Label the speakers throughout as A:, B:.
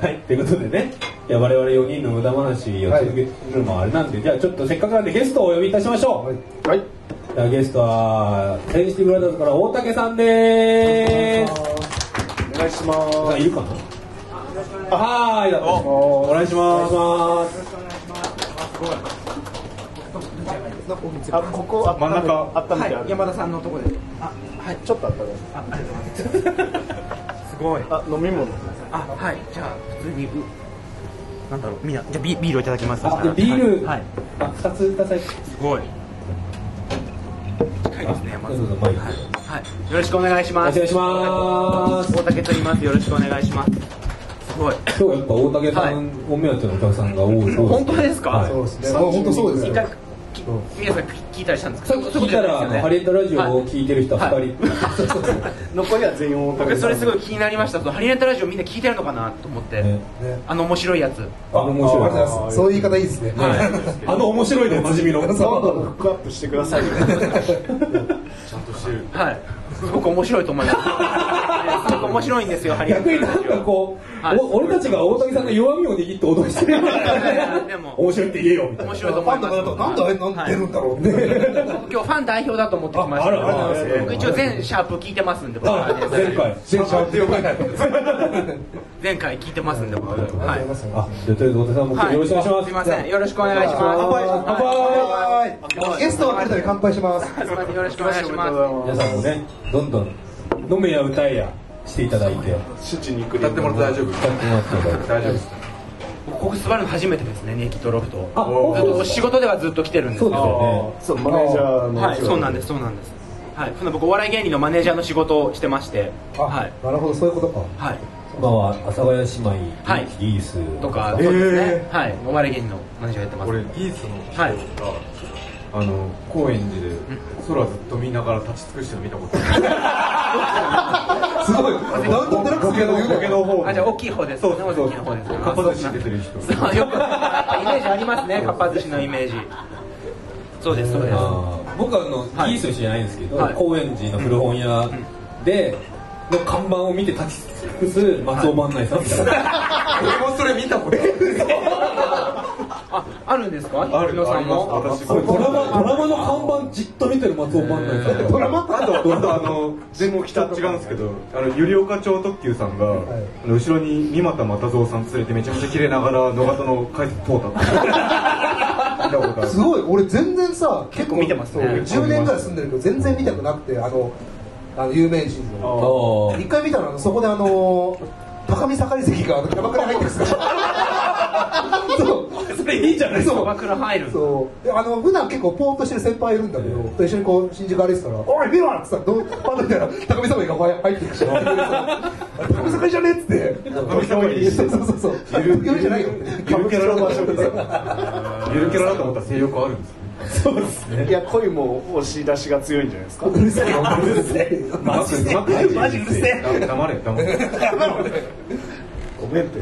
A: はい、ということでね、いや我々4人の無駄話を続けるのもあれなんで、じゃあちょっとせっかくなんでゲストをお呼びいたしましょう。
B: はい。
A: じゃあゲストはセンシティブラザーズから大竹さんです。
B: お願いしま
A: あいるかな。あはい、お願いします。お願いします。
B: す。あ、ここ、あ、
C: 真ん中
B: あっためて あ
D: はい、
B: る。
D: 山田さんのとこで。あ、はい、
B: ちょっとあったね。
C: すごい。
B: あ、飲み物。
D: あ、はい、じゃあ、普通に、うなんだろう、みんな、じゃあ、ビ、ビールをいただきます。
A: あでビール、
D: はい、
A: あ二つください。
C: すごい。
D: 近いですね、山
A: ど
D: 田
A: うぞどう
D: さん。
A: ぞ前に
D: はい、よろしくお願いし
A: お
D: ま
A: 願
D: す。
A: いします。
D: 大竹と言います。よろしくお願いします。すごい。
A: 今日はやっぱ大竹さんお目当てのお客さんが多いそうですね。
D: 本当ですか。
A: はい
B: そうですね。
D: さっき
B: 本当そうです
D: 聞い
B: よ。
D: たき皆さん聞いたりしたんですか
A: さっき聞いたら、ハリエットラジオを聞いてる人は2人、
B: 残りは全員大
D: 僕
B: 竹
D: そ
B: さん
D: れすごい気になりましたハリネットラジオみんな聞いてるのかなと思って、
A: ね
D: あの面白いやつ
A: あの面白い
B: ありがとうございますそういう言い方いいですね。
A: あの面白いでおなじみの
B: どんどんフックアップしてくださいよ。
D: はいすごく面白いと思 いますすごく面白いんですよハリネッ
A: 逆に
D: トラ
A: なん
D: ジ
A: か
D: オ
A: こう、
D: はい
A: お俺たちが大竹さんの弱みを握って脅してるみたいな
D: でも
A: 面白いって言えよみたいな
D: 面白いと思います
B: んだろうね。
D: はい今日ファン代表だと思ってきまし
A: ああらあらあ
D: た
A: ら
D: 僕一応全シャープ聞いてますんで僕
A: あ前回
B: 全社って呼ばない。
D: 前回聞いてますんで僕はい
A: あじゃあとりあえず大竹さんも今日よろしくお願いします
D: すいませんよろしくお願いします
A: 乾杯
B: ゲストは彼らに乾杯します。
D: すいませんよろしくお願いします
A: 皆さんもねどんどん飲めや歌えやしていただいて
B: 主治に行く。
C: 歌ってもらって大丈夫。
A: 歌ってもらってもらって
C: 大丈夫です。
D: 僕ここ座るの初めてですねネイキッドロフト
A: あ本
D: ずっ
A: 当
D: と
A: で
D: 仕事ではずっと来てるんです
A: そう
D: け
A: です
D: ど
A: よね
B: そう、マネージャーの。
D: はい、そうなんです、そうなんです。はい、普段僕お笑い芸人のマネージャーの仕事をしてまして、
B: あ
D: はい、
B: なるほど、そういうことか。
D: はい、
A: 今は阿佐ヶ谷姉妹、
D: はい
A: リース
D: とか、
B: えー
D: そうですね、はい、お笑い芸人のマネージャーやってます。
C: 俺ギースの人
D: はい
C: があの高円寺で空ずっと見ながら立ち尽くしてるの見たことある。
B: すごい。ダウンタウンデラックスが言うだけの方
D: あ、じゃあ大きい方です。そうそう大きい方です。
C: かっぱ寿司出てる人。
D: あそうよく、やっぱイメージありますね、かっぱ寿司のイメージ。そうです、そうです。
A: あー僕はあの、
D: はい
A: い、い寿司じゃないんですけど、
D: はい
A: 高円寺の古本屋で、の看板を見て立ち尽くす松尾万内さんみたいな、
C: 俺もそれ見たことある。
D: あ、あるんですか、
C: あ
D: 宇野
C: る
D: さ
C: あ
D: ん
C: ります。
D: も。
C: 私
A: これドラ
C: も。
A: マドラマの看板じっと見てる松尾万内さん、
B: ドラマ
C: あとあとあの全然北違うんですけど、あの百合岡町特急さんがあの後ろに三股又蔵さん連れてめちゃめちゃ切れながら野方の改札通ったって。見たことある
B: す。ごい俺全然さ結
D: 構見てますね
B: そう10年ぐらい住んでるけど全然見たくなくてあのあの有名人の
A: あ
B: 一回見たらあのそこであの高見盛り関があのキャバクラに入ってるんですよそう
A: ーそれいいじゃないです
D: キャ
A: か
D: バクラ入る。
B: そうであの普段結構ポーンとしてる先輩いるんだけど一緒にこう新宿歩いてたら「おい見ろ!」っつったらどうパッと見たら高見盛りが入ってきてしまう高見盛りじゃねえっつって
C: 高見盛り
B: そうそうそうそう
C: ゆる
B: ゆるじゃないよ
C: ゆるキャラの場所
B: 歌舞伎町の場所
C: ゆるキャラだと思ったら性欲あるんですね。
A: そうですね
E: いや恋も押し出しが強いんじゃないですか
B: うるせえようるせえよ
C: マジマジうるせえ。黙れ黙れ。
B: ごめんって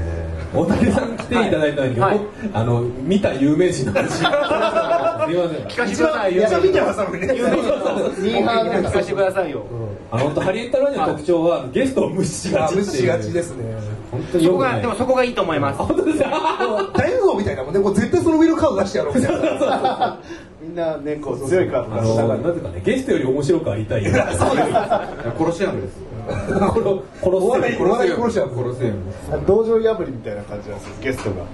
A: 大竹さん来ていただいたのに、
D: はい
A: おあの見た有名人の話すいません
D: 聞かせてください
B: め
D: よ
B: っ。ちゃ見てますもんね。
D: ミーハーな聞かせてくださいよ。
A: あの本当ハリエットラジオの特徴はゲストを無視しがちってい
B: 無
A: う
B: 視がちですね。
A: 本当に
D: そ
A: よ
D: こ
A: くな
D: が、
A: い
D: でも、そこがいいと思います。
A: 本当ですか
B: 大富豪みたいなもんね。もう絶対その上のカード出してやろうみたいな。
E: みんなねこう強いから
A: あのなぜかねゲストより面白くありたいよ
C: 殺し屋のです。
A: これを殺す
B: これは殺しちゃう。
C: 殺せよ。
E: 道場破りみたいな感じなんですよゲストが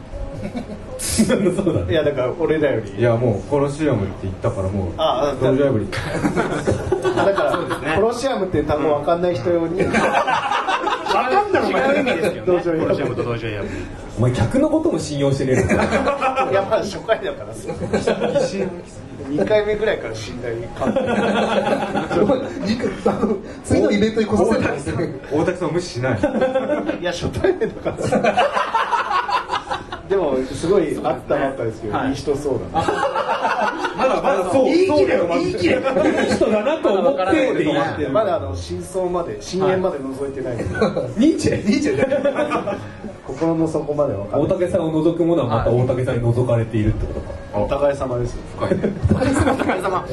A: そうだ
E: い
A: ね
E: やだから俺らよ
C: い
E: り
C: やもう殺し屋もって言ったからもう。
E: ああ
C: ドジャブリ。
E: だから、コロシアムっていう単語わかんない人用に
D: わかんない違う意味ですよね。
E: 道場
D: コロシアムと道場や。
A: お前客のことも信用してねえのか
E: いやまあ初回だからさ2回目ぐらいから信頼に感じる
B: 次のイベントに来させないですね。
C: 大竹さんを無視しない。
E: いや初対面だからさでもすごいあったばっかですけど、
D: はい
E: いい人そうだな
C: まだまだそう。言い切れよ言い切れ。
A: いい人だなと思ってって言って
E: まだあの真相まで深淵まで覗いてないけど、
A: ニーチェニーチェ
E: 心の底までわか
A: 大
E: る
A: 竹さんを覗くものはまた大竹さんに覗かれているってことか、
E: お互い様ですよ
D: お疲れ様。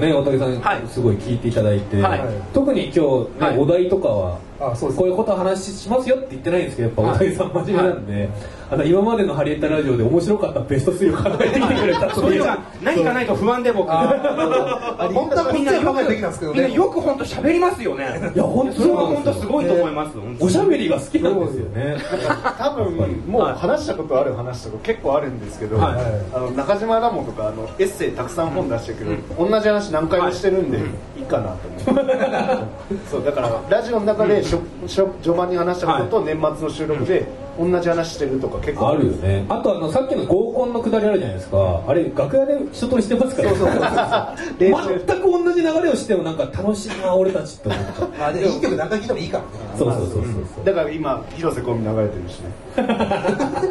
A: ね、大竹さん、
D: はい
A: すごい聞いていただいて、
D: はい
A: 特に今日、ね
D: はい
A: お題とかは
B: ああそうです
A: こういうことを話しますよって言ってないんですけどやっぱ大谷さん真面目なんで、あの今までのハリエッタラジオで面白かったベスト3を考えてきてくれた
D: そういうのは何がないと不安で僕
B: 本当はこっちは考えてきたんですけど
D: みんな
B: ね
D: よく本当喋りますよね
A: いや本当
D: それは本当すごいと思います本当
A: おしゃべりが好きなんですよね
E: 多分もう話したことある話とか結構あるんですけど、
A: はい
E: あの中島ラモとかあのエッセイたくさん本出してるけど、同じ話何回もしてるんで、いいかなと思って、そう だからラジオの中でしょ、しょ序盤に話したことと年末の収録で同じ話してるとか結構
A: あるよねあとあのさっきの合コンのくだりあるじゃないですかあれ楽屋で人としてますからね
E: 練習
A: 全く同じ流れをしてもなんか楽しいな俺たちって思った
B: まあでもいい曲何回聴いてもいいからね
A: そうそうそうそうそう
E: だから今広瀬香美流れてるしね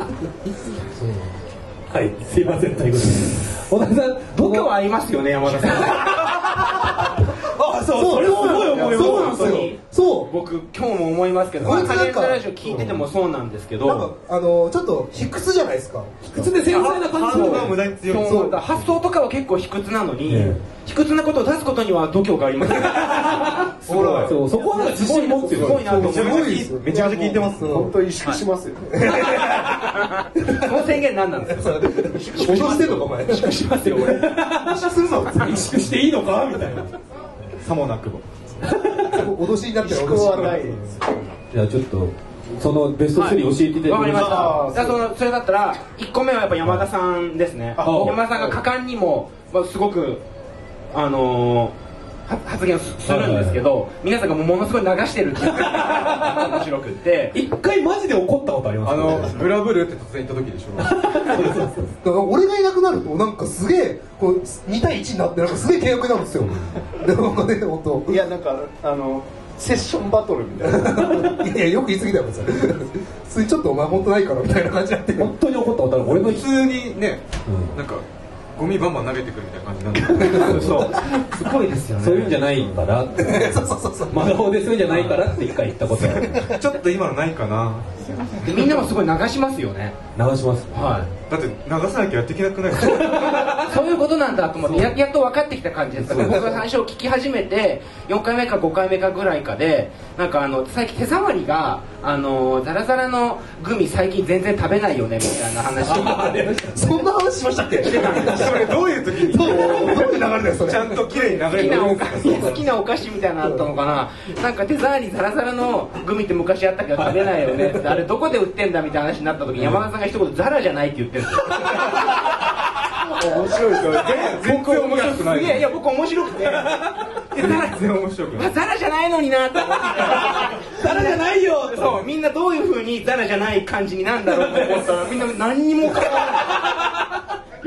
A: はいすいませんということで小田さん
D: 度胸はありますよね山田さん
A: あそうそれすごい思います
B: そうなんですよそう
D: 僕今日も思いますけど
B: こいつな
D: ハ
B: んか
D: リエッタラジオ聞いててもそうなんですけ
B: なんか
D: ど
B: あのちょっと卑屈じゃないですか
A: 普通で繊細な感じ
C: 反応が無駄に強い
D: そう発想とかは結構卑屈なのに、
A: ええ
D: 卑屈なことを出すことには度胸があります
C: すごい
A: そうそこはなんか自信持って
D: す
A: る
D: ごいなと思
C: め
D: っ
C: ちゃ
D: て
C: めちゃ聞いめちゃめちゃ聞いてます
E: 本当に萎縮しますよ、
D: その宣言何なんですか
B: 脅してんのかお前萎縮
D: しますよ俺
B: するぞ
A: 萎縮していいのかみたいな
C: さもなくば
B: 脅しになってる
E: 聞
B: 脅
E: く
B: し
E: は
B: にな
E: な
B: っ
E: い
B: てる
E: です
A: じゃあちょっとそのベスト3教えていただいて
D: わかりまし
E: あー
D: たじゃあそのそれだったら1個目はやっぱ山田さんですね
E: あ
D: 山田さんが果敢にも、まあ、すごくあのーは発言をすするんですけど、皆さんがものすごい流してるっていう面白くって
A: 一回マジで怒ったことあります
C: あの
A: ね
C: ブラブルって突然言った時でしょ
B: だから俺がいなくなるとなんかすげえこう2対1になってなんかすげえ契約になるんですよでなんかね本当
E: い
B: いや
E: やなんかあのセッションバトルみたいない
B: やよく言い過ぎだよ別に普通にちょっとお前本当ないからみたいな感じになってる
A: 本当に怒ったことある俺の
C: 普通にね
A: う
C: なんかゴミバンバン投げてくるみたいな感じなんだけど
D: そうすごいですよ
A: そういうんじゃないからって
B: そうそうそうそう
A: 魔法でそういうんじゃないからって一回言ったことある
C: ちょっと今のないかな
D: でみんなもすごい流しますよね
A: 流します
D: は
C: だって流さなきゃやっていけなくないですか
D: いそういうことなんだと思ってややっと分かってきた感じです僕が最初聞き始めて4回目か5回目かぐらいかでなんかあの最近手触りがあのザラザラのグミ最近全然食べないよねみたいな 話を
B: そんな話しましたっけどう
C: それどういう時に
B: いう流れだよそれ
C: ちゃんと綺麗に流
D: 好
C: れ
D: き
C: て
D: な
C: る
D: お
C: ん
D: 菓
C: ですか
D: 子好きなお菓子みたいなのあったのかななんか手触りザラザラのグミって昔あったけど食べないよねってあれどこで売ってんだみたいな話になった時に山田さんが一言「ザラじゃない」って言ってるんですよ
E: 面白いですよ
C: 全然面白くない
D: いやいや僕面白くてえザラ
C: 全然面白くな
D: あ
C: い
D: ザラじゃないのになと 思って
A: 誰じゃないよ
D: そうみんなどういうふうにザラじゃない感じになんだろうと思ったらみんな何にも考えないい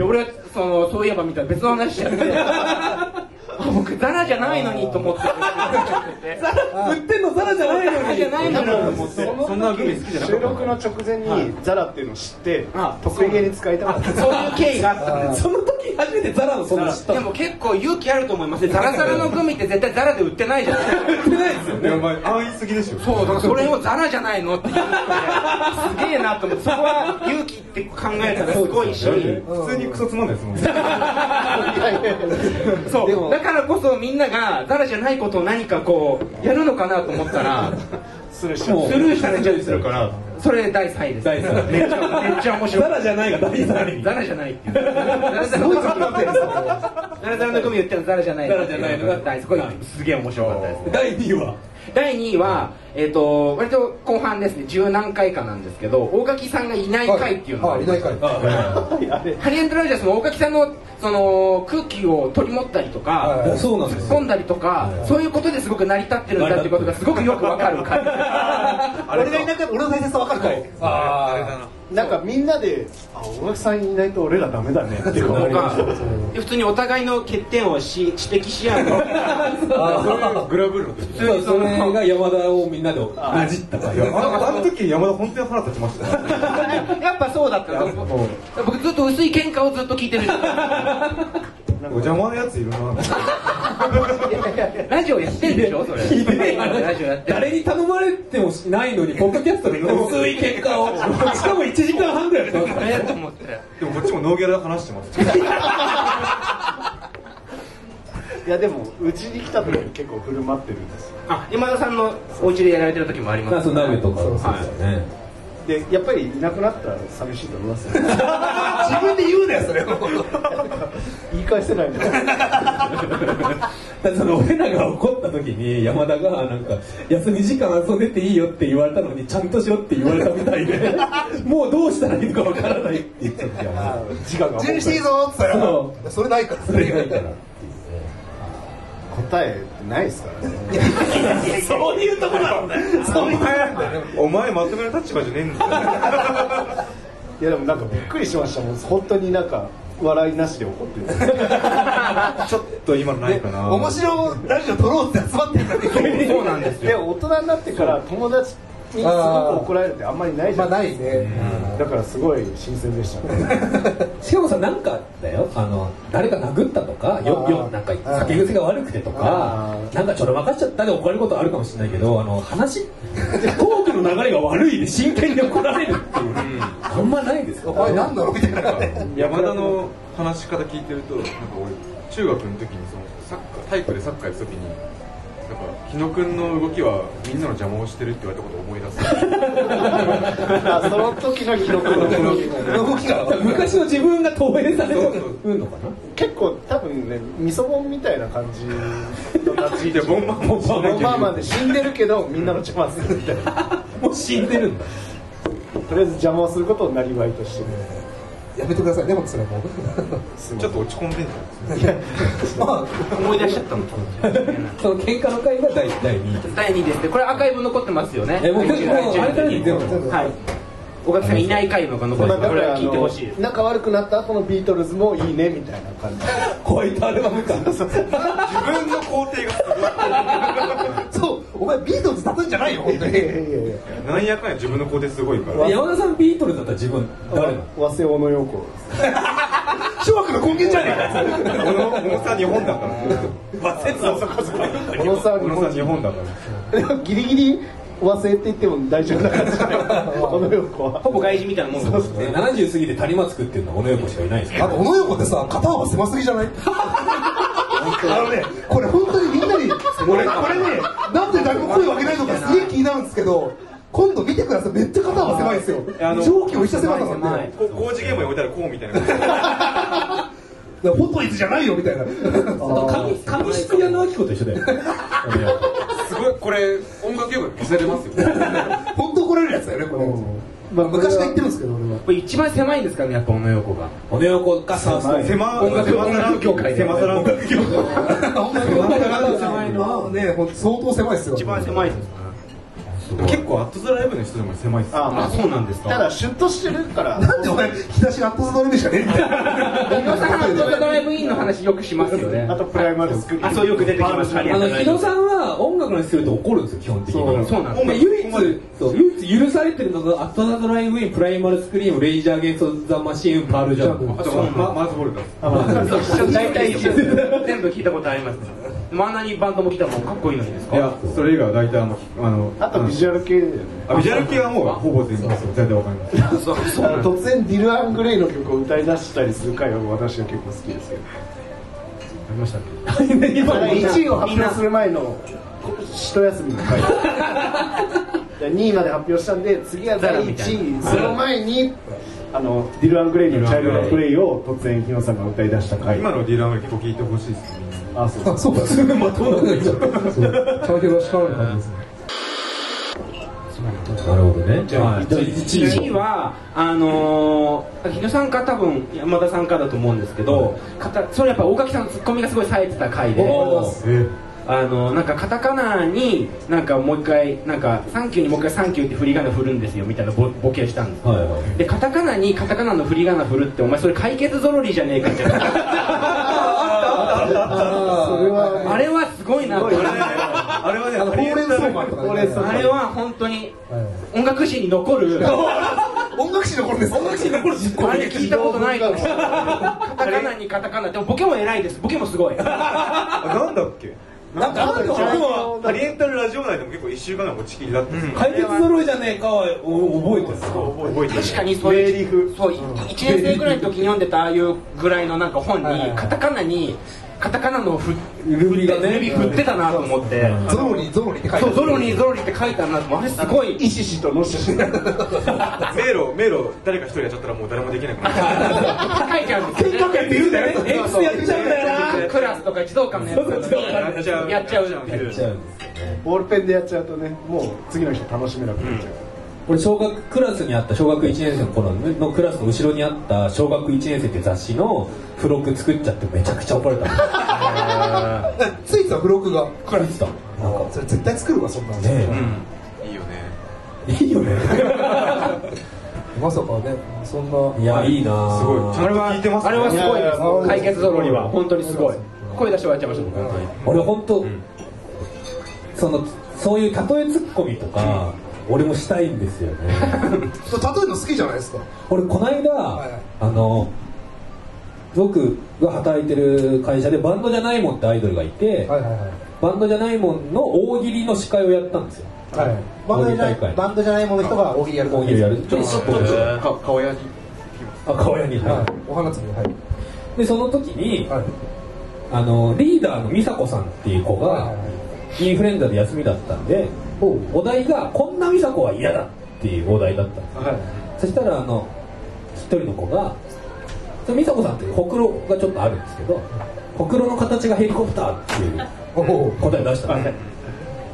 D: や俺はそのそういえばみたいな別の話しちゃってあ僕ザラじゃないのにと思ってザラ売ってんのザラじゃないのにじゃないのにと思 って
C: そんなグミ好きじゃな
E: 収
C: かっ
E: 録の直前にザラっていうのを知って
D: あ
E: 得意げに使いたかった
D: そういう経緯があったんです
A: その時初めてザラのそんな知った
D: で
A: の
D: も結構勇気あると思いますねザラザラのグミって絶対ザラで売ってないじゃない 売ってないですよ
C: たいやお前安易すぎでしょ
D: そうだからそれをザラじゃないのって言うからすげえなと思ってそこは勇気って考えたらすごいし
C: 普通にクソつまんないですもん ね
D: そ
B: で
D: う
B: も
D: だからこそみんながザラじゃないことを何かこうやるのかなと思ったら
E: するし
A: もう
D: スルーされちゃうんですよ
A: ら
D: それ第3位です
A: 第3位
D: めっちゃめっちゃ面白い
A: ザラじゃないが第3位
D: ザラじゃないっていうザラザラの組ザラザラの組言ってるのザラじゃない
A: ザラじゃないのが
D: 第これすげえ面白かったです
A: 第2位は
D: 第2位は、えー、と割と後半ですね十何回かなんですけど大垣さんがいない回っていうのが
B: あ
D: あ
B: い
D: り
B: な
D: ま
B: い
D: す
B: かい
A: あ
D: ハリエンドラジャーズの大垣さんのその空気を取り持ったりとか
B: はい
A: そうなんです
D: 突っ込んだりとかそういうことですごく成り立ってるんだっていうことがすごくよくわかる回
B: 俺がいなくなる俺の大切さ分かるかい
C: あれだな
E: なんかみんなで「あ大垣さんいないと俺らダメだね」っていう
D: と
E: のが
D: か普通にお互いの欠点をし指摘し合う
C: それがグラブルの時
A: それそれが山田をみんなでなじったか
C: い
A: ら
C: やああの時山田本当に腹立ちましたよ
D: やっぱそうだった僕僕ずっと薄い喧嘩をずっと聞いてる
C: お邪魔なやついるな
D: ラジオやってんでしょそれ
A: ひでえ
D: ラジオやってる
A: 誰に頼まれてもしないのにポッドキャストで薄い結果をしかも1時間半ぐらいやってます
D: えーと思って
C: でもこっちもノーギャラで話してます
E: いやでもうちに来た時に結構振る舞ってるんですよ
D: あ今田さんのお家でやられてる時もあります
A: その鍋とか
B: そう
A: そ
B: そう
A: うですよね
E: でやっぱりいなくなったら寂しいと思い ますよ
B: 自分で言うなよそれ
E: 言い返せないんだ
A: だ からその俺らが怒った時に山田がなんか休み時間遊んでていいよって言われたのにちゃんとしろって言われたみたいで もうどうしたらいいのかわからないって言っちゃって山田
E: 自我が
B: 準備していいぞっつったら
A: そ
B: いやそれないから
A: それがいいから
E: 答えってないですからね
A: そういうとこなんだよそういうとこなんだよ
C: お前まとめる立場じゃねえんだよ
E: いやでもなんかびっくりしましたもん本当になんか笑いなしで怒ってる
C: ちょっと今のないかな
B: 面白いラジオ撮ろうって集まってるからね
D: そうなんです
E: で大人になってから友達にすごく怒られるってあんまりないじ
B: ま
E: ゃ
B: あ
E: ない
B: ないね
E: だからすごい新鮮でしたね
A: しかもさなんかだよあの誰か殴ったとかよ
B: あー
A: よなんか酒癖が悪くてとか
E: あー
A: なんかちょろまかしちゃったで怒ることあるかもしれないけどあの話 トークの流れが悪いで真剣に怒られるっていう、あんまないですよ
B: お前何だろうみたいな感じで
C: 山田の話し方聞いてるとなんか俺中学の時にそのサッカー体育でサッカーやった時になんか日野君の動きはみんなの邪魔をしてるって言われたことを思い出す
E: あその時の記録の
B: 動きが
A: 昔の自分が投影されてるのかな
E: 結構多分ね味噌本みたいな感じの立ち位
C: 聞いてボンバーボンバー
E: 置まあまあで死んでるけどみんなの邪魔するみたいな
A: もう死んでるんだ
E: とりあえず邪魔をすることをなりわいとしてね
B: やめてくださいねもそれも
C: ちょっと落ち込んでんじ
B: ま
D: 思い出しちゃったの
A: その喧嘩の回が第第2位
D: 第2位ですねこれアーカイブ残ってますよね
A: えもうもう
D: iTunes
A: あれからでも
D: はい岡崎さんいない回のが残って
E: まあ
D: ます
E: だ
D: こ
E: か
D: れ
E: ら
D: は
E: あ
D: 聞いて
E: の
D: ほしいです
E: 仲悪くなった後のビートルズもいいねみたいな感じ
A: ホワイトアルバムか
C: ゃん自分の肯定がす
B: あそうお前ビートルズ叩いんじゃないよ本当に
E: いやいや
C: ごいなんやかんや自分の肯定すごいから
A: 山田さんビートルズだったら自分誰なの
E: 早稲小野陽子です
B: 諸悪の根源じゃねえか
C: 小野小野さん日本だから
E: 小野さん日
C: 小野さ
E: 本
C: ん日本だから
E: 人ギリギリ忘れって言っても大丈夫な感じ小野陽子 は
D: ほぼ外人みたいなもんですね
A: え70過ぎて谷松くっていうのは小野横しかいないんですけ
B: あ
A: ど
B: と小野横ってさ肩幅狭すぎじゃないあのねこれ本当にみんなに俺これねなんで誰も声を上げないのかすげえ気になるんですけど今度見てくださいめっちゃ肩幅狭いんですよ
C: あの
B: 上気を逸した狭さなんで
D: 狭い
C: こう工事現場に置いたらこうみたいな
B: だからフォトイズじゃないよみたいな
A: 紙紙すく屋の秋子と一緒だよ小野横
C: すごいこれ音楽用語消されますよ
B: 本当怒られるやつだよねこれ、まあ、昔から言ってるんですけど俺は
D: これ一番狭いんですからねやっぱ小野横が
A: 小野横がさ
C: 狭
D: 音楽
C: 狭さランキ
D: 音楽
C: ング
D: 業界で
C: 狭さランキング
B: 狭いのね本当相当狭いですよ
D: 一番狭いです
C: 結構アットザライブの人でも狭いっす
E: あ
D: あそうなんです
E: た
D: か
E: だシュッとしてるから
B: なんで俺日差しアットスドレでしかねえんだよ
D: 今田さんとドライブインの話よくしますよね
E: あとプライマルスクリーン
D: あそうよく出てきますあり
A: あ
D: がと
A: の
D: うござ
A: 木
D: いま
A: 戸
D: す
A: さんは音楽の話すると怒るんですよ基本的に
D: そうなんです
A: で唯一そう唯一許されてるのが「アットナドライブイン」「プライマルスクリーム」「レイジャー・ゲント・ザ・マシーン」「パール・ジャンプ
C: あとまマーズボルダー
D: そう大体一緒です全部聞いたことありますあんなにバンドも来たらもうかっこいいのにです
C: い
D: か
C: やそれ以外は大体あのあの
E: あとビジュアル系だよね
C: あビジュアル系はもうほぼ全部大体わかります
D: そうそう
E: あの突然ディル・アングレイの曲を歌い出したりする回は私は結構好きですけど
D: ありましたっ
E: だから1位を発
D: みんな
E: 表する前の一休みの回2位まで発表したんで次は第1位その前にあのディル・アングレイの「チャイルド・プレイ」を突然日野さんが歌い出した回
C: 今のディーラーも結構聞いてほしいですね
E: あそうそう
B: そうだすぐまともなくなっちゃったそうチャイルド叱られたんですね
A: なるほどねじゃあ
D: け
A: 1
D: 1位はあのー日野さんか多分山田さんかだと思うんですけどかたそれやっぱ大垣さんのツッコミがすごい冴えてた回で
C: え
D: あのなんかカタカナになんかもう一回なんかサンキューにもう一回サンキューって振り仮名振るんですよみたいなボボケしたんです
A: はいはい
D: でカタカナにカタカナの振り仮名振るってお前それ解決ゾロリじゃねえかって
B: それは
D: あれはすごいなって思いました
C: あれはね
B: あのほう
C: ハリエ
B: れん草
C: ン
B: マンとか
E: ほうれん草
D: あれは本当に音楽史に残 る
B: 音楽史の頃です音楽史の頃
D: あれ聞いたことないかもしれない カタカナにカタカナでもボケも偉いですボケもすごい
C: あなんだっけ
A: なんかあんの僕は
C: ハリエンタルラジオ内でも結構一週間の持ちきりだったんですよ
A: 解決揃いじゃねえかはお覚えてる
C: 覚えてる
D: 確かにそう
E: 名リ
D: いう
E: フ
D: そう1年生ぐらいの時に読んでたああいうぐらいのなんか本にカタカナにカタカナのふ
A: ルビがね
D: ルビ振ってたなと思って
B: ゾロリゾロリって書いて
D: そう
B: あ
D: ゾ
B: る
D: ロにゾロリって書いてあるなと思ってあれすごい
E: イシシとノシ シ
C: 迷路迷路誰か一人やっちゃったらもう誰もできなくなっちゃう
D: 高いじゃんです
B: 見学やって言うんだよね
A: エクスやっちゃうんだよな
D: クラスとか児童館のやつとかに
C: やっちゃう
D: やっちゃうじゃん
A: やっちゃうんですよね
E: ボールペンでやっちゃうとねもう次の日楽しめなくなっちゃう、
A: これ小学クラスにあった小学1年生の頃のクラスの後ろにあった「小学1年生」って雑誌の付録作っちゃってめちゃくちゃ怒られたもん
B: ついてた付録が
A: 怒られてたもんなんか
B: それ絶対作るわそんなの
A: ね
C: いいよね
A: えいいよね
B: まさかねそんない
A: やいいなぁ
C: すごいちゃんと聞いてます
D: あれはすごい
E: いやいや
D: 解決ゾロリは本当にすごい声出して笑っちゃいました僕
A: 俺本当、そのそういう例えツッコミとか、俺もしたいんですよね
B: 例えるの好きじゃないですか
A: 俺この間、
B: いはい
A: あの僕が働いてる会社でバンドじゃないもんってアイドルがいて、
B: はいはいはい
A: バンドじゃないもんの大喜利の司会をやったんですよ
B: はい
A: バンドじゃないバン
B: ドじゃないもの人が大喜利やる
A: 大喜利をやるちょっ
C: か顔やに
A: と赤親に、は
B: お花摘みはい
A: い、でその時に、
B: はい
A: あのリーダーの美佐子さんっていう子
B: はいは
A: が
B: いは
A: インフルエンザで休みだったんで
B: おう
A: お題が「こんな美佐子は嫌だ」っていうお題だったんですそしたらあの一人の子がそれ美佐子さんってほくろがちょっとあるんですけどほくろの形がヘリコプターっていう
B: おお
A: 答え出したんですよ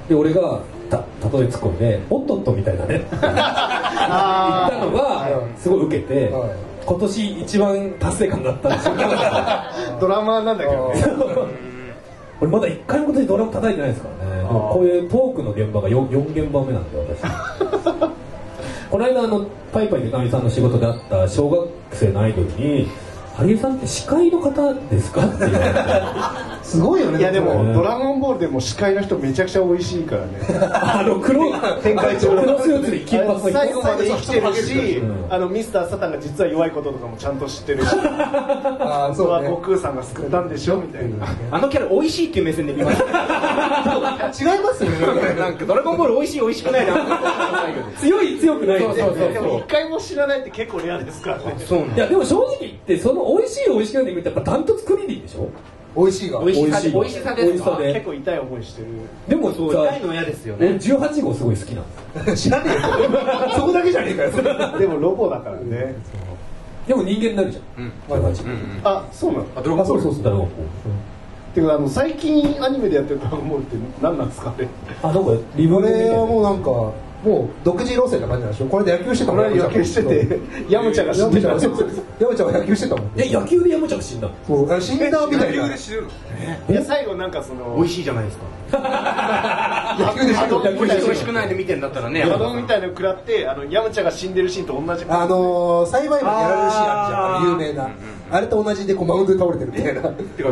A: で俺がた例えツッコんで「おっとっと」みたいだねって言ったのがすごい受けて
B: はい
A: 今年一番達成感だったんですよ
E: ドラマーなんだけどね
A: 俺まだ一回も今年ドラム叩いてないですからねでもこういうトークの現場が 4, 現場目なんで私 この間あのパイパイでかみさんの仕事であった小学生のアイドルに「ハリエさんって司会の方ですか?」って言わ れて
B: すごいよね
E: いやでも、
A: うん
E: ドラゴンボールでも司会の人めちゃくちゃ美味しいからね
A: あの黒
E: 展開中
A: 黒スーツに金髪の
E: 最後まで生きてるし、
A: うん
E: あのミスターサタンが実は弱いこととかもちゃんと知ってるし
B: ああ
E: そ
B: そ
E: こは
B: うね
E: 悟空さんが救ったんでしょみたいな
D: あのキャラ美味しいっていう目線で見ました
B: 違いますよね
D: なんかドラゴンボール美味しい美味しくないな
A: 強い強くない
D: そうそうそう
E: でも一回も知らないって結構レアですからね
D: そうない
A: やでも正直言ってその美味しい美味しくないで見るとやっぱダントツクリリンでしょ
B: 美味しいが
D: 美味しさで
A: 美
D: 美
A: 味
D: 味
A: しい
D: しさです
A: 美味しさ
D: か
A: で
E: 結構痛い思いしてる
A: でも
D: そう
A: さ
D: 痛いの嫌ですよ
A: 俺
D: ね
A: 18号すごい好きなんですよ
B: 知らねえよそこだけじゃねえかよそれ
E: でもロボだからね
A: でも人間になるじゃん、18
E: あそうなの
C: ドラゴンボール
A: そうそうだろ
E: ていうかあの最近アニメでやってるドラゴンボールって何なんですかね
A: あなんかリブ
B: こ
A: レ
B: れはもう
A: う
B: なんかもう独自路線な感じなんでしょこれで野球してたもん
E: 俺は野球しててヤムチャが死
B: ヤ
E: ん
B: ム
E: で
B: チャ
E: た
B: がそうそうヤムチャが野球してたもん
A: え野球で山ちゃんが死んだの
B: そうあの死んだみたいな野
C: てるの
E: いや最後なんかその
D: 美味しいじゃないですか
B: 球で死んだ
D: 美味しくないで見てんだったらね
E: 波動みたいなの食らってあのヤムチャが死んでるシーンと同じ
B: あのー、栽培マンやられるシーンあるじゃんあの有名なあれと同じでこうマウンドで倒れてるみたいな
C: てか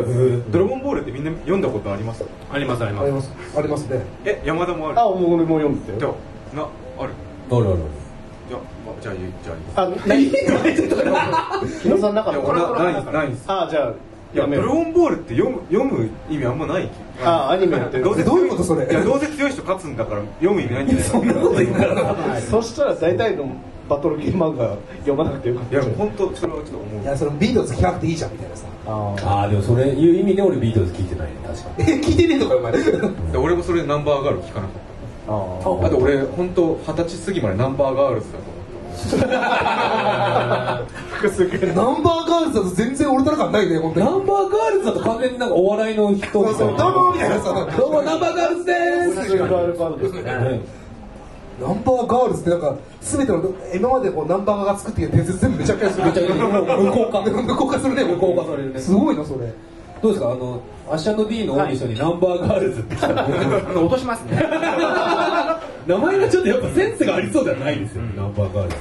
C: ドラゴンボールってみんな読んだことあります
D: ありますありま
B: ありますありますね
C: え山田もある
E: あもう俺も読んでた
C: じゃ
E: よ
C: あなある
A: あるある
C: じゃあまじゃあいいじゃあいい
E: あ何 木野さんなかっ
C: い
E: た
C: や俺はないですないです
E: あじゃあ
C: い
E: や
C: やド
E: め
C: ラ
E: よう
C: ゴンボールって読む読む意味あんまない
E: あアニメやってる
C: どうせ
B: どういうことそれ
C: いやどうせ強い人勝つんだから読む意味ないんじゃないそんなことい
E: そしたら大体のバトルゲーム漫画読まなくてよかった
C: や本当それはちょっと思う
B: いやそのビートルズ聞かなくていいじゃんみたいなさ
E: あー
A: ああでもそれいう意味で俺ビートルズ聞いてないね確かに
B: え聞いてねえのか お前
C: で俺もそれでナンバーガール聞かなかっ
E: あ
A: あ
C: たあと俺本当二十歳過ぎまでナンバーガールズだと思って
E: ー複数形の
B: ナンバーガールズだと全然俺とら感ないね本当
A: ナ
B: に
A: ンバーガールズだと完全になんかお笑いの人
B: そうそうどうもみたいなさ
A: どうもナンバーガールズで
E: 複数形のアルファベットですね
A: ーす
B: ナンバーガールズってなんか全ての今までこうナンバーガーが作ってきた伝説全部めちゃくちゃする
A: めちゃくちゃ無効化
B: 無効化するね
A: 無効化されるね
B: すごいなそれ
A: どうですかあのアッシャンド D のオーディションにナンバーガールズって来たの
D: 落としますね
A: 名前がちょっとやっぱセンスがありそうではないですよねナンバーガールズ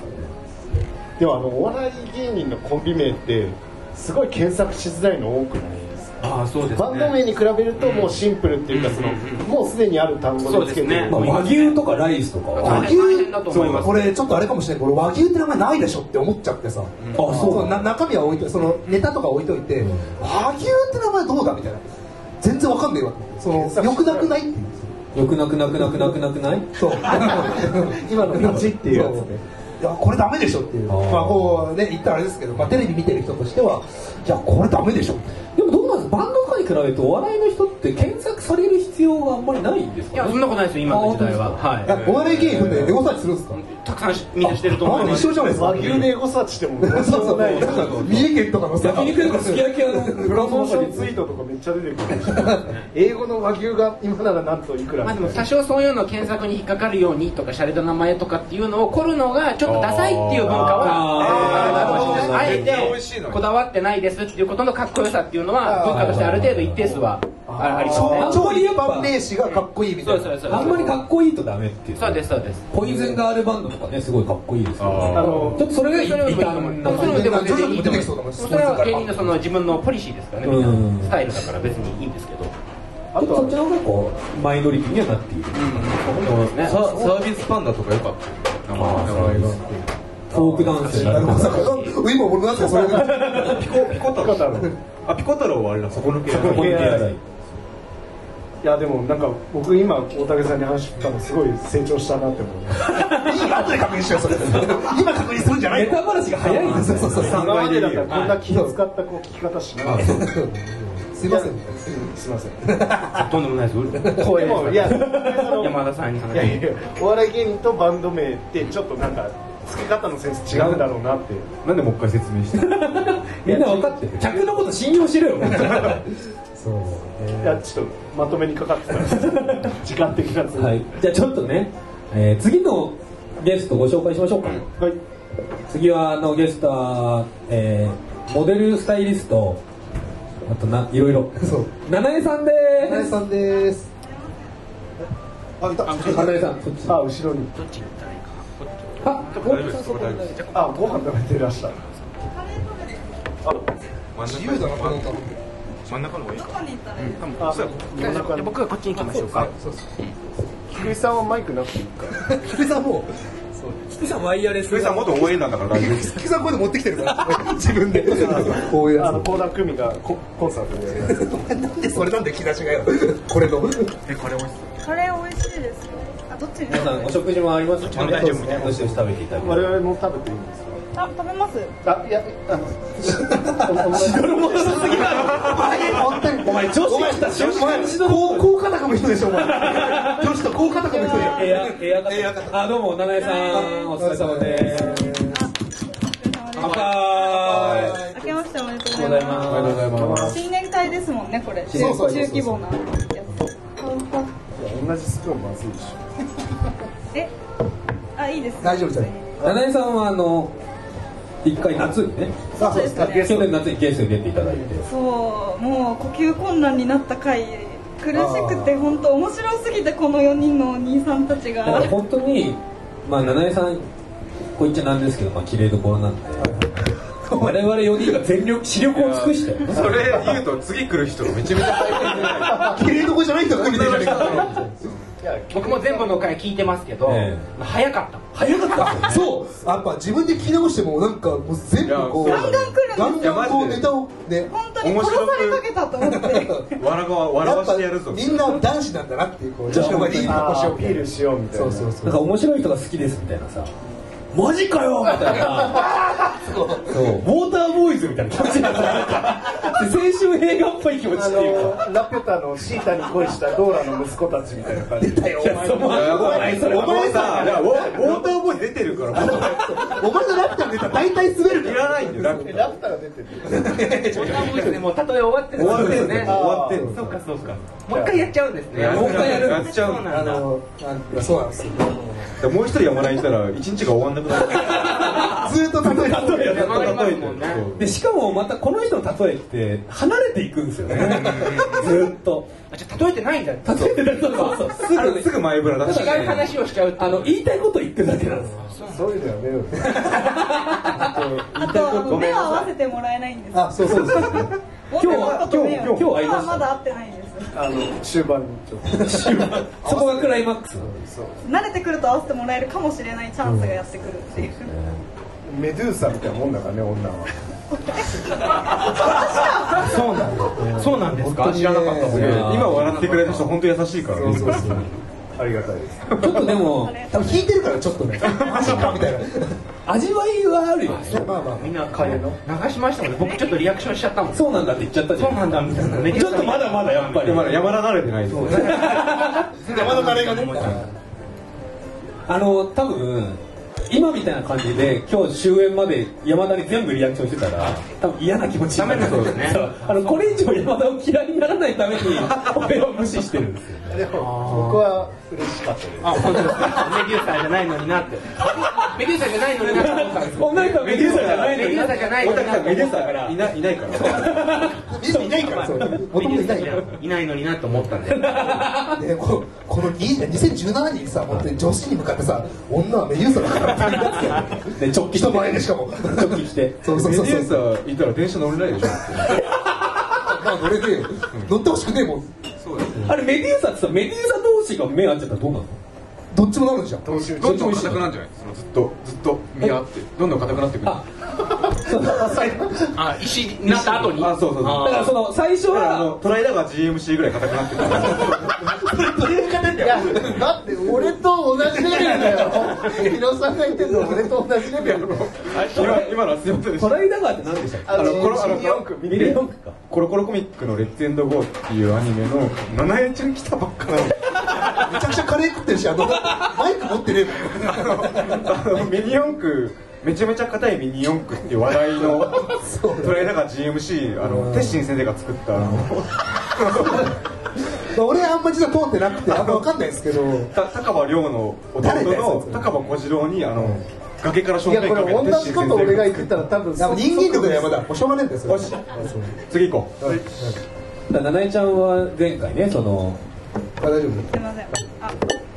E: でもあのお笑い芸人のコンビ名ってすごい検索しづらいの多くないですか
D: ああそうです
E: バンド名に比べるともうシンプルっていうかそのもうすでにある単語でつけて
D: そうですね
E: る
A: まあ和牛とかライスとかは
D: 和
B: 和
D: 牛
B: 牛
D: 大変だと思います
B: これちょっとあれかもしれないこれ和牛って名前ないでしょって思っちゃってさ、
A: あそう
B: な
A: な
B: 中身は置いといてそのネタとか置いといて、
A: うん
B: 和牛って名前どうだみたいな全然わかんねえわそのよくなくないっていう
A: よくなくなくなくなくなくない
B: そう今の
E: 形っていうやつね
B: いやこれダメでしょっていう
A: あー
B: まあこうね言ったらあれですけど、まあ、テレビ見てる人としてはいやこれダメでしょ
A: でもどうなんですかバンドとかに比べてお笑いの人って検索される必要があんまりないんです か
D: いやそんなことないですよ今の時代は
A: あ
D: は
B: お笑い芸人でエゴサーチするんですか
D: いたくさんしみんなしてると思
B: あ
D: い
B: で
D: ま
B: 一
D: す
B: 緒じゃないです
E: 和
B: か
E: 牛でエゴサーチしても
B: そうそうそう
E: ない
B: なんか三重県とかのさ
A: 焼肉とかすき焼き屋の
E: プ
A: 裏
E: ロ
A: の
E: モーシ
A: 中
E: ョン
A: に
E: ツイートとかめっちゃ出てくるし英語の和牛が今ならなんといくら
D: まあでも多少そういうの検索に引っかかるようにとか洒落た名前とかっていうのを凝るのがちょっとダサいっていう文化
A: あー
D: はあえ
C: なるほどね美味しい
D: て
C: のに
D: こだわってないですっていうことのかっこよさっていうのは文化としてある程度一定数はあありますね
A: あー
B: 超一般名詞がかっこいいみた
D: そ
B: いう
D: そう
B: な
D: そう
A: あんまりかっこいいとダメっていう
D: そうですそうです
A: ポイズンガールバンドとかねすごいかっこいいですけど
C: あ
E: の
A: ちょっとそれが
D: それ
A: 一旦な感じ
D: でも全然いいと
B: 徐々に出てきそうだ
D: 思いま
B: もん
D: すそれは芸人のその自分のポリシーですからねみん
A: うん
D: なスタイルだから別にいいんですけど
E: あと
A: そ
E: は
A: っちの方がこうマイノリティにはなっている
C: ササービスパンダとかよかったよ名前名前が
A: フォークダンスになる
B: まさか今俺なんすかそれ
C: ピコピコ太郎
E: ピコ太郎
C: あピコ太郎はあれだ底抜け
E: 底抜け
C: やつ
E: いやでもなんか僕今大竹さんに話聞いたのすごい成長したなって思う
B: 今後で確認しようそれ今確認するんじゃない
A: ネタ話が早いんです
B: そ
A: よ
B: うそうそう
E: 今までだったらこんな気を使ったこう聞き方しない
B: すいません
E: すいません
D: とんでもないです
E: でもいやその
D: 山田さんに
E: いや
D: 話
E: いやお笑い芸人とバンド名ってちょっとなんか付け方のセンス違うんだろうなって
C: なんでもう一回説明して
A: みんな分かってる客のこと信用しろ よ
B: そう
E: いやちょっとまとめにかかってたんですけ ど時間的なやつ
A: はい、じゃあちょっとね、えー次のゲストご紹介しましょうか、
E: はい
A: 次はあのゲストは、えーモデルスタイリストあとないろいろ
B: そう
A: 七重さんで
B: 花
A: ー
B: 江
A: す
B: さんですあいた
A: 七重さんそっち
E: あ後ろに
A: あ
C: 大丈夫です大丈夫です
E: あご飯食べてらっしゃる
B: 自由だなこの歌
C: 真ん中の方がいいか
E: あ
C: そう
D: で僕はこっちに行きましょうか
B: そうそう
E: 菊井さんはマイクなくていいか
B: 菊井さんも
A: 菊さんワイヤレス
C: それさん元応援団だから大丈夫です
B: 菊井さんこうやって持ってきてるから自分でこういう
E: あの
B: や
E: 倖田來未がココンサートでやるやつ
B: つなんでそれなんで気出しがよこれの
F: カレー美味しいですよあどっちに
A: 皆さんお食事もあります
C: も大丈夫みたいな
A: どうして食べていただきま
E: 我々も食べていいんですか
F: あ食べます
E: あいやあのお前
B: 本当に
A: お前女子来た瞬間一度
B: 高高価高の人でしょお前女子と高価高の人で
A: エアエアエアあどうも七重さんお疲れ様です
F: あ
A: 乾杯
F: お疲れ様です明けましておめでとう
A: お
F: ご
A: は
F: ざ
A: よ
F: いう
A: ご
F: ま
A: ざい
F: す
A: ます
F: 新年会ですもんねこれ
B: そうそうそう
F: 中規模なや
E: 同じスプーンまずいでしょ
F: つえあいいです
B: 大丈夫じゃない
A: 七重さんはあの一回夏にね
B: さあ
F: そうですかね
A: 去年夏にゲストに出ていただいて
F: そうもう呼吸困難になった回苦しくて本当面白すぎてこの4人のお兄さんたち
A: だから
F: が
A: 本当にまあ七重さんこう言っちゃなんですけどまあ綺麗どころなんで我々4人が全力視力を尽くして
C: それ言うと次来る人めちゃめちゃ
B: 綺麗どこじゃないんだここに出てるじゃね
D: 僕も全部の回聞いてますけど
A: え
D: 早かった
A: 早かった
B: えかそうやっぱ自分で聞き直してもなんかもう全部こう
C: いや
F: ガンガン来るんです
B: ガン
F: よ
B: ガンこうネタをね
F: 本当に殺されかけたと思って
C: 笑が笑
B: や
C: わ
B: っ
C: し
B: ぱ
C: てやるぞ
B: みんな男子なんだなっていうこう女子の方がいい
E: あ
B: の
E: ー
B: 腰
E: ア
B: を
E: ピールしようみたい
B: そ
E: な
B: うそうそ
A: なん
B: う
A: か面白い人が好きですみたいなさマジかよみたいなそうウォーターボーイズみたいな気持ちになった青春映画っぽい気持ち
E: あ
A: っていうか
E: のラピュタのシータに恋したドーラの息子たちみたいな感じで
A: いやそのお前それ
C: お前さいやウォウォーターボーイ出てるからもう
B: お前のラピュタのネタ大体滑る
C: い
B: から
C: らないんだよだって
E: ラピュタが出てる
D: そんなもんですねもう例え終わってる
C: 終わってんね
D: ね
C: 終わってんの
D: そうかそうかもう一回やっちゃうんですね
C: もう一回やる
D: やっちゃうんだ
B: あのなんかそうなんですよ
C: だからもう一人山田にいたら一日が終わんなくなる
B: ずーっと例えて
C: ずっと例えて
D: もんね
C: そう
A: でしかもまたこの人の例えって離れていくんですよね ずっと
D: あじゃあ例えてないんだ
A: 例えてるとそうそうす
C: あ
A: ぐ
C: の
A: ね
C: すぐ前ぶらだし
D: 違う話をしちゃうって
A: あの言いたいこと言ってるだけなんですよ
E: そういうのよね
F: あとあの目を合わせてもらえないんです
B: あそうそうそうそう
F: 今日は今日
A: 今日今日会いました
F: まだ会ってないんです
E: あの終盤にちょっと
A: そこがクライマックス
F: 慣れてくると合わせてもらえるかもしれないチャンスがやってくるっていう、
E: メドゥーサみたいなもんだからね女は
D: そうなんそうなんですか知らなかった
C: 今笑ってくれた人本当優しいからね
E: ありがたいです
A: ちょっとでも
B: 多分引いてるからちょっ とねマジかみたいな
A: 味わいはあるよね
B: まあまあ
D: みんなカレーの流しましたもんね僕ちょっとリアクションしちゃったもん
A: そうなんだって言っちゃったじゃん
D: そうなんだみたいなね
A: ちょっとまだまだやっぱり
C: まだ山田慣れてないですよね
B: 山のカレーがね
A: あの多分今みたいな感じで今日終演まで山田に全部リアクションしてたら多分嫌な気持ちになる
D: ダメなそうですね
A: そうあのこれ以上山田を嫌いにならないために俺は無視してるんです よ
E: でも僕は嬉しかったです
D: あ本当ですかメデューサーじゃないのになってメデューサーじゃないのになって思ったんですよ
A: 女の人はメデューサーじゃないのに
D: メデューサーじゃないのになって思ったから
C: いないいないから
B: みんないないからそうもともといないから
D: いないのになと思ったんで
B: でここのいいね2017年にさ本当に女子に向かってさ女はメデューサだからって言うんだ
A: で直
B: け
A: 帰
B: 人前でしかも
A: 直帰して
B: そうそう
C: メ
B: そ
C: デ
B: うそ
C: ューサ
B: う
C: ーいたら電車乗れないでしょ
B: まあこれで乗ってほしくねえもん
A: あれメデューサーってさメデューサー同士が目合っちゃったらどうなの
B: どっちもなるじゃん
C: どんどん硬くなるんじゃないそのずっとずっと見合ってどんどん硬くなってくる
A: あそう
D: あ石になった後に
C: あそうそうそう
A: だからその最初
C: だからあの
A: は
C: トライダーが GMC ぐらい硬くなってくる
E: いやだって俺と同じレベルだよヒロさんが言ってるの俺と同じレベル
C: 今今のはすいませんでし
A: ト
C: た
A: ライダガーって何でしたっ
E: あ
C: あの
E: の
C: このあの
E: ミリオン君
A: けミレオンか
C: コロコロコミックの「レッツエンドゴー」っていうアニメの七重ちゃん来たばっかなの
B: めちゃくちゃカレー食ってるしあのマイク持ってねえもん
C: あのミニ四駆めちゃめちゃ硬いミニ四駆っていう話題のトレーナーが GMC あの鉄心先生が作ったあの
B: まあ俺あんま実は通ってなくてあんま分かんないですけど
C: た高場亮の弟
B: 誰だよ
C: の
B: そいつ
C: 高場小次郎にあの崖から正
E: い
C: 面
E: や
C: か
E: こ
C: けて
E: れ同じこと俺が言ってたら多分
B: なんか人間力の山だもうしょうがねえんだよそれ
C: よし次行こう、
A: だから七重ちゃんは前回ねその
B: あ大丈
F: すいませんあ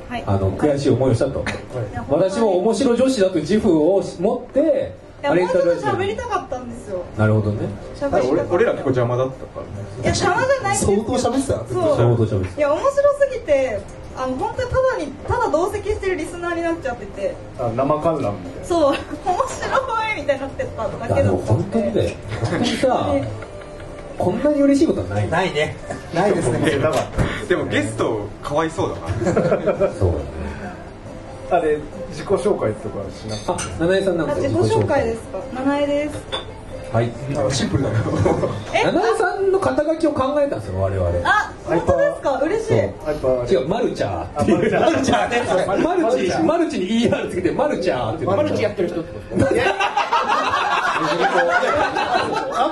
F: はい
A: あの悔しい思いをしたと
F: いや
A: 私も面白女子だという自負を持って
F: いやもうちょっと
A: し
F: 喋りたかったんですよ
A: なるほどね
F: 喋
C: だから
F: り
C: 俺
F: たかっ
C: 俺ら結
F: た
C: 構邪魔だったからね
F: いや邪魔じゃないんです
B: 相
F: よ
B: 当喋ってたな
F: そ
A: 相
F: う
A: 当喋ってた
F: いや面白すぎてあの本当にただにただ同席してるリスナーになっちゃってて
E: あ生観覧みたいな
F: そう面白いみたいになってただ
A: いや
F: け
A: で
F: だ
A: も
F: った
A: 本
F: ん
A: 当にだ
F: で
A: よ本当にさ
F: え
A: こんなに嬉しいことはない
B: ないねないですね
E: だか
C: でもゲストかわいそうだな
A: そうだね
E: らあれ自己紹介とかしなく
A: あ七重さんなん
F: あ
A: か
F: 自己紹介ですか七重です
A: はい
B: シンプルだけど
F: え
A: 七重さんの肩書きを考えたんですよ我々
F: あ本当ですか嬉しい
A: そう
E: てや
A: 違
E: っぱ
A: うマルチャーっていうマルチャーねマルチマルチに ER つけてマルチャーってマルチやってる人
B: アムウ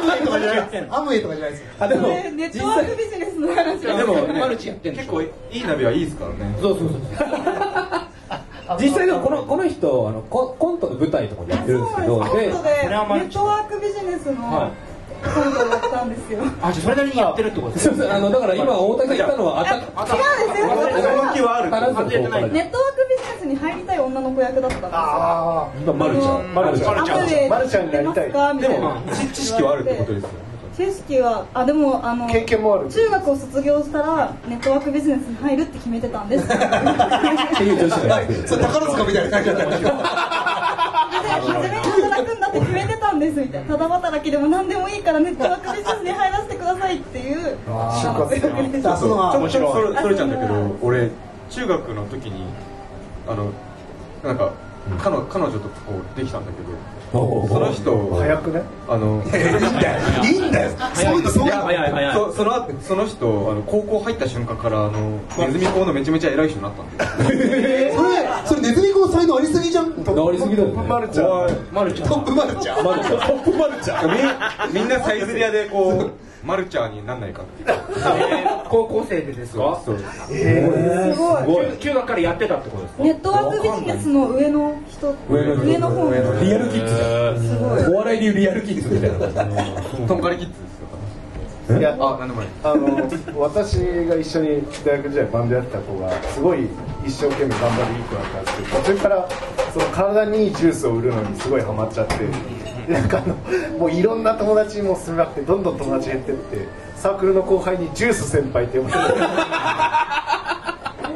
B: ェイとかじゃないですアムウェイとかじゃないです
A: あでも
F: ねネッ
A: 実
F: トワー
A: 際
F: クビジネスの話
A: でもね
D: マルチやってんで
C: 結
D: し
C: 構
D: ょ
C: いいナビはいいですからね
D: そうそうそう
A: 実際でもこのこの人あのココントの舞台とかもやってるんですけど
F: そうです本当で
D: それはマ
F: ネ
D: ルチ
F: ットワークビジネスのコントだったんですよ違う
D: あじゃあそれなりにやってるってことです
A: そうそうあのだから今大竹が言ったのはあた
F: ですよ
C: 驚きはある
A: あなたの方から
F: ネットワークビジネスに入りたい女の子役だったんですよ
E: あ
A: 今マルチャーマルチャー
F: アムウェイ
E: マルちゃんになりたい
F: 知ってますかみ
C: で
F: たい
C: も
F: な
C: 知知識はあるってことですよ
F: 知識はあでもあの
E: 経験もある
F: 中学を卒業したらネットワークビジネスに入るって決めてたんです別に
A: っていう女子がやってる
B: それ宝塚みたいな感じだった
F: 初めに働くんだって決めてたんですみたいなただ働きでも何でもいいからネットワークビジネスに入らせてくださいっていうあの強くです
B: あそのまま
C: ちょっとそれ
F: あ
C: それちゃんだけ
F: そ
C: ど
F: う
C: 俺中学の時にあのなんか彼女彼女とこうできたんだけどその人
E: 早くね
C: あの
B: いいんだよそういうのそういうの
D: 早い早い
C: そその後その人あの高校入った瞬間からあのネズミ講のめちゃめちゃ偉い人になったんで
B: それそれネズミ講才能ありすぎじゃんト
A: 治りすぎだよね
E: マルち ゃん
C: 怖い
D: マルチ
B: ップマルちゃん
A: マルチャートップマルチャー
C: みみんなサイゼリアでこうマルチャーになんないかっていう
D: 高校生でですか
C: そう
F: すごい
A: すごい
D: 中学からやってたってことですか
F: ネットワークビジネスの上の人
A: 上の人
F: 上の方の
A: リアルキッズじゃ
F: すごい
A: んお笑いでいうリアルキッズみたいな感じ
C: とんかりキッズですよ
E: いや
C: あなんでもない
E: あの私が一緒に大学時代バンドやってた子がすごい一生懸命頑張りいい子だったんですけど途中からその体にいいジュースを売るのにすごいハマっちゃってでなんかあのもういろんな友達にも勧めなくてどんどん友達減ってってサークルの後輩にジュース先輩って呼ばれて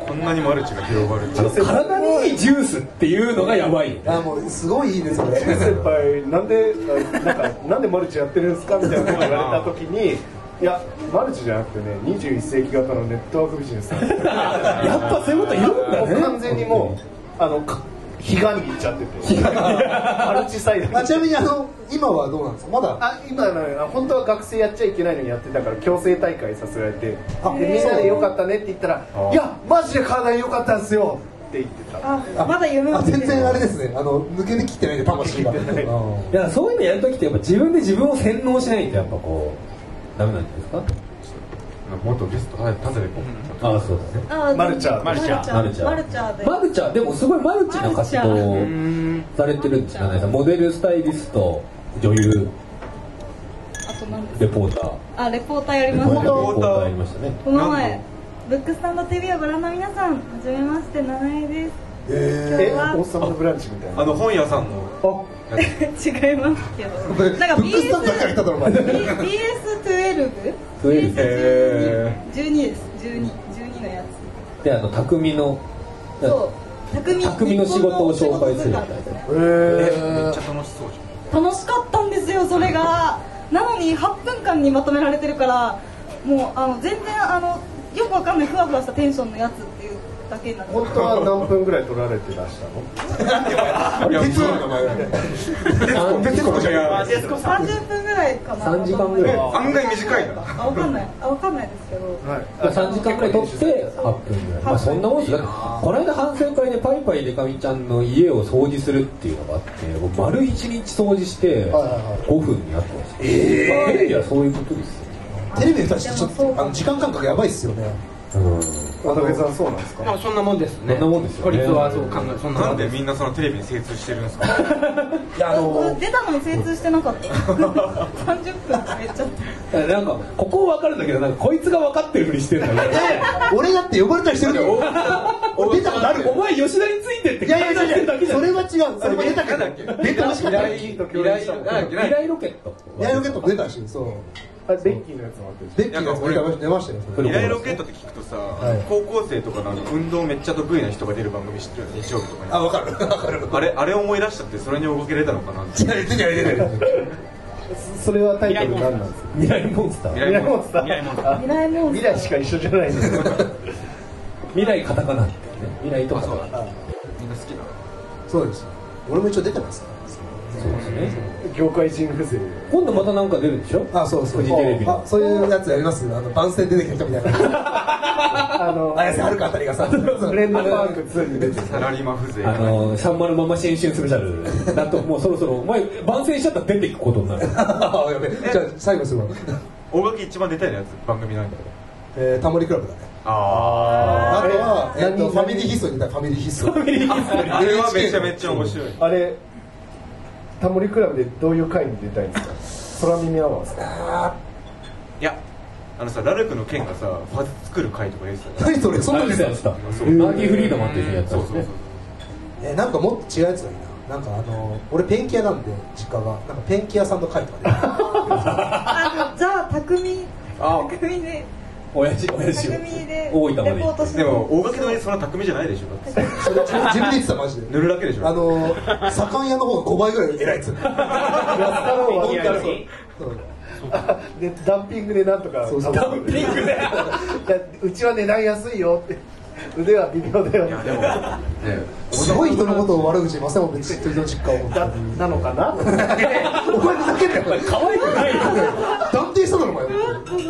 C: こんなにマルチが広がる
A: あの体にいいジュースっていうのがやばいよね
B: あもうすごいいいですね
E: 先輩なんであなんかなんでマルチやってるんですかみたいなこと言われた時にいやマルチじゃなくてね21世紀型のネットワークビジネスなんですよ
A: やっぱそういうこといるんだ
E: もう
A: ね
E: 完全にもうあのか悲願にいっちゃっててマルチサイダ
B: あ
E: ー
B: ちなみにあの今はどうなんですかまだ
E: あ今のような本当は学生やっちゃいけないのにやってたから強制大会させられてで
B: あ
E: みんなでよかったねって言ったら「いやマジで体良かったんですよ」って言ってた
F: あまだ夢を
B: あ
F: 見
B: 全
F: てる
B: 然あれですねあの抜けに切ってないんで魂がうん
A: だからそういうのやるときってやっぱ自分で自分を洗脳しないとやっぱこうダメなんじゃないですか
C: もっとゲスト早く立てていこ
A: ああそうですね
F: あ
E: マルチャー
F: マルチャー
A: マルチャー
F: マルチャーで
A: マルチャーでもすごいマルチな活動をされてるんですよねモデルスタイリスト女優
F: あと何です
A: レポーター
F: あレポーターやりま
A: レ
F: す
A: ポーター
C: レポーター
A: やりましたね
F: この前ブックスタンド TV をご覧の皆さんはじめましてななえです今
E: え
F: 日
E: 王
F: は
E: 様のブランチみたいう
C: あ
E: な
C: の本屋さんの
F: 違いますけ
B: ブ
F: どなんか
B: ックスタンドから来た
F: BS
B: だろお前
F: BS12
A: そういうの
C: へ
F: 12です12 12のや
A: であの匠の
F: つそう匠
A: 匠の仕事を紹介するみたいな
C: めっちゃ楽しそうじ
F: 楽しかったんですよそれがなのに8分間にまとめられてるからもうあの全然あのよくわかんないふわふわしたテンションのやつっていうだけになって
E: 本当は何分ぐらい取られてらしたの
C: ゃんいや
B: 鉄の名前だ鉄子じゃん
F: 30分ぐらいかな
A: 3時間ぐらい
F: あ
C: 案外短いな
F: わかんないあわかんないですけど
A: まあ3時間ぐらい撮って8分ぐらいまあそんなもんですよだってこの間反省会でパイパイでかみちゃんの家を掃除するっていうのがあって僕丸1日掃除して5分になってましたええいやそういうことですよ
B: テレビで出してちょっとあの時間感覚やばいっすよね
A: うん
E: 渡辺さんそうなんです
D: ま
E: か
D: あそんなもんです
A: そ
D: ね
A: んなもんですよ
D: 孤
A: ね
D: 立はそう考えそんな
C: な
D: も
C: ん
D: ん
C: で
D: です
C: みんなそのテレビに精通してるんで すか
B: いやあの
F: 出たのに精通してなかった 30分めっちゃ
A: なんかここ分かるんだけどなんかこいつが分かってるふりしてるんだね
B: 俺だって呼ばれたりしてる のよ俺出たことある
A: お前吉田についてって
B: いやいや
A: 感
B: い
A: じ
B: や
A: て
B: い
A: るだけ
B: や
A: じゃ
B: そ
A: ん
B: れは違うそれは出たけ
C: なんだっけ
B: ど出てほしかった
E: 依頼と協力した
C: 依頼
A: 未来ロケット
B: エアロケットも出たしそう
E: あレッキーのやつもあって
B: デッキのやつ出ましたよそれ
C: 未来ロケットって聞くとさ、
B: い
C: 高校生とかのあの運動めっちゃ得意な人が出る番組知ってる日曜日とかに
B: あ分かる分かる
C: あれあれ思い出しちゃってそれに動けれたのかなって
B: 出ない出ない出ない
E: それはタイトル何なんですか
A: 未来モンスター
E: 未来モンスター
C: 未来モンスター
E: あ
F: 未来モンス
E: 未
F: ター
E: 来しか一緒じゃないんですよ
A: 未来カタカナってね未来とかそう
C: みんな好きなの
B: そうです俺も一応出てますか
A: ですね
E: 業界人風情
A: 今度またなんか出るでしょ
B: らあそうそう
A: フジテレビの
B: あそういうやつやりますあの番宣出てきた人みたいな
E: あの
B: 綾瀬はるかあたりがさフ
E: フレンドパーク2に出て
C: サラリーマン風情
A: あのサンマのまま新春スペシャルだともうそろそろお前番宣しちゃったら出ていくことになる
B: あやべじゃあ最後にするわ
C: 大垣一番出たいのやつ番組なんだよ
B: えータモリクラブだね
C: あ
B: あとは
E: あ
B: え
E: れ
B: っと
E: 何
B: ファミリーヒストリーだファミリーヒストリー
C: あれはめちゃめちゃ面白い
E: あれタモリクラブでどういう会に出たいんですか空耳アワーですか
C: いやあのさラルクの剣がさファズ作る回とか言ってたじゃん
B: 何それそん
A: あ
B: な
A: れ
B: の
A: で
B: 出
A: す
B: て
A: や
B: た
A: ってたマ
C: そう
A: ーティ・フリードマンっていうやつ
C: そ
A: や
C: う
A: つ
C: そう
A: ね
C: そう
B: えーなんかもっと違うやつがいいななんかあの俺ペンキ屋なんで実家がなんかペンキ屋さんの会とかで
F: あじゃあ匠
C: あ
F: 匠で
A: 親父親父を
F: 匠でレ
A: 大
F: ポ
A: 分まで行っ
F: ー
A: て
F: トして
C: でも大垣の絵そんな巧みじゃないでしょだって
B: それ自分自分で言ってたマジで
C: 塗るだけでしょ
B: あのー、左屋の方が5倍ぐらい偉いっつうの
E: ろう
B: 本当にそうそう
E: でダンピングでなんとか
B: そうそう
E: ダンピングでうちは値段安いよって腕は微妙だよって
B: すごい人のことを悪口言いませんもんねちっと人の実家を持って
E: だなのかな
B: お前ふざけんなよお前可愛くないよ断定しただろお前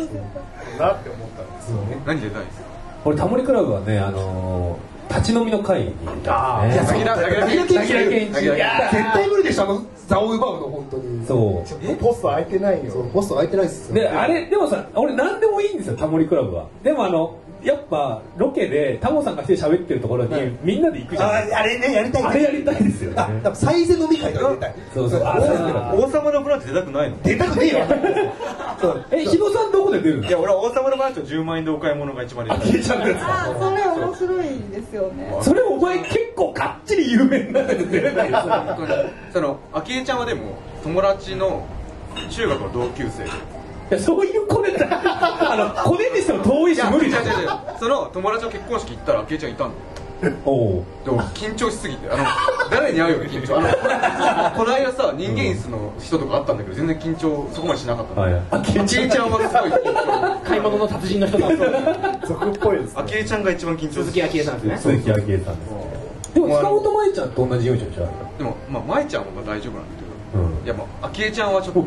E: なって思ったんですよね
C: 何出たいですか
A: 俺タモリクラブはねあのー立ち飲みの会に行ったん
B: い
A: で
B: や
A: す
B: そう
A: ね
B: だ
C: だけ
B: け
C: だ
B: だ
C: け
B: け
A: だけだけ
B: いや絶対無理でしょあの座を奪うの本当に
A: そ
E: ちょっとポスト空いてないよ
B: そうポスト空いてないっす
A: う
B: よ
A: であれでもさ俺何でもいいんですよタモリクラブはでもあのやっぱロケでタモさんが一人喋ってるところにみんなで行くじゃ
B: あ
A: ないですか
B: あれねやりたいね
A: あれやりたいですよ
B: あ
A: ね
B: 多分最善飲み会とかやりたい
A: そうそうあそうだ
C: 王様のブランチ出たくないの
B: 出たくねえよそう
A: え日野さんどこで出るの
C: いや俺は王様のブランチの10万円でお買い物が一番出たい
A: ちゃうや
F: あそれ面白いんですよね
A: それお前結構かっちり有名になってて出れないよそれ
C: その昭恵ちゃんはでも友達の中学の同級生
A: いやそういうコネ だあのコネにしても遠いし無理じゃん
C: その友達の結婚式行ったら昭恵ちゃんいたんだよ
A: おお
C: でも緊張しすぎてあの誰に会うより緊張 あのこの間さ人間椅子の人とかあったんだけど全然緊張そこまでしなかったの、
A: はい
C: あきえちゃんはすごい緊張
D: 買い物の達人の人だそう
E: 俗っぽいです
C: あきえちゃんが一番緊張
D: 鈴木昭恵さんですね
A: 鈴木昭恵さんですでも塚本舞ちゃんと同じ事務所でしょ
C: でもまあ舞ちゃんはまあ大丈夫なんだけ
A: うん
C: ど、いやまああきえちゃんはちょっ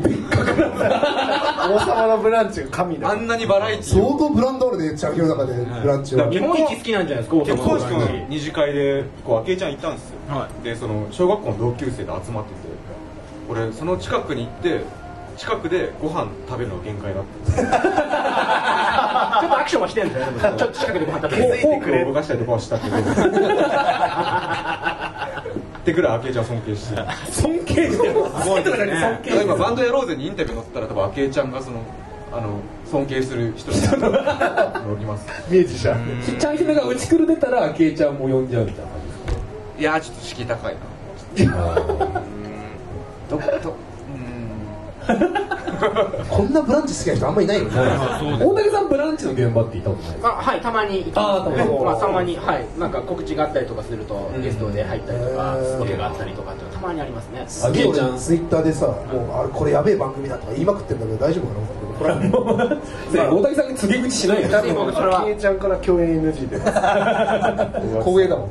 E: 王
C: と
E: 様のブランチが神だ
C: あんなにバラエティー
B: 相
C: を
B: 当ブランドあるね千秋の中でブランチ
G: だ
B: は
G: か
D: 日
G: ら
D: 本一好きなんじゃないですか
C: 結婚
D: 男
C: 式
D: の
C: の
D: 子
C: 二次会でこうあきえちゃんいたんですよ、でその小学校の同級生で集まってて俺その近くに行って近くでご飯食べるのが限界だった
D: ちょっとアクションはしてるんだよねでもちょっと近くでご飯食べ
C: フ
D: て
C: ォークを動かしたりとかはしたけど ってぐらいアケイちゃん尊敬してる
A: 尊敬してる
C: 今バンドやろうぜにインタビュー載ったら多分アケイちゃんがそのあの尊敬する人に 載ります
E: ミュージシャン
A: ちっちゃい人がうちくる出たら昭恵ちゃんも呼んじゃうみたいない
C: やーちょっと敷居高いなどこど
B: こんなブランチ好きな人あんまいないよね
A: 大竹さんブランチの現場って行ったことない
D: あはいたまに行き
A: あーたまに
D: まあたまにはいなんか告知があったりとかするとゲストで入ったりとかロケがあったりとかっていうのはたまにありますね
A: あげいちゃん
B: ツイッターでさもうあれこれやべえ番組だとか言いまくってんだけど大丈夫かなこれ
A: 大竹さんに告げ口しないよ
D: 僕それは
E: あきえちゃんから共演 NG で
B: 光栄だもん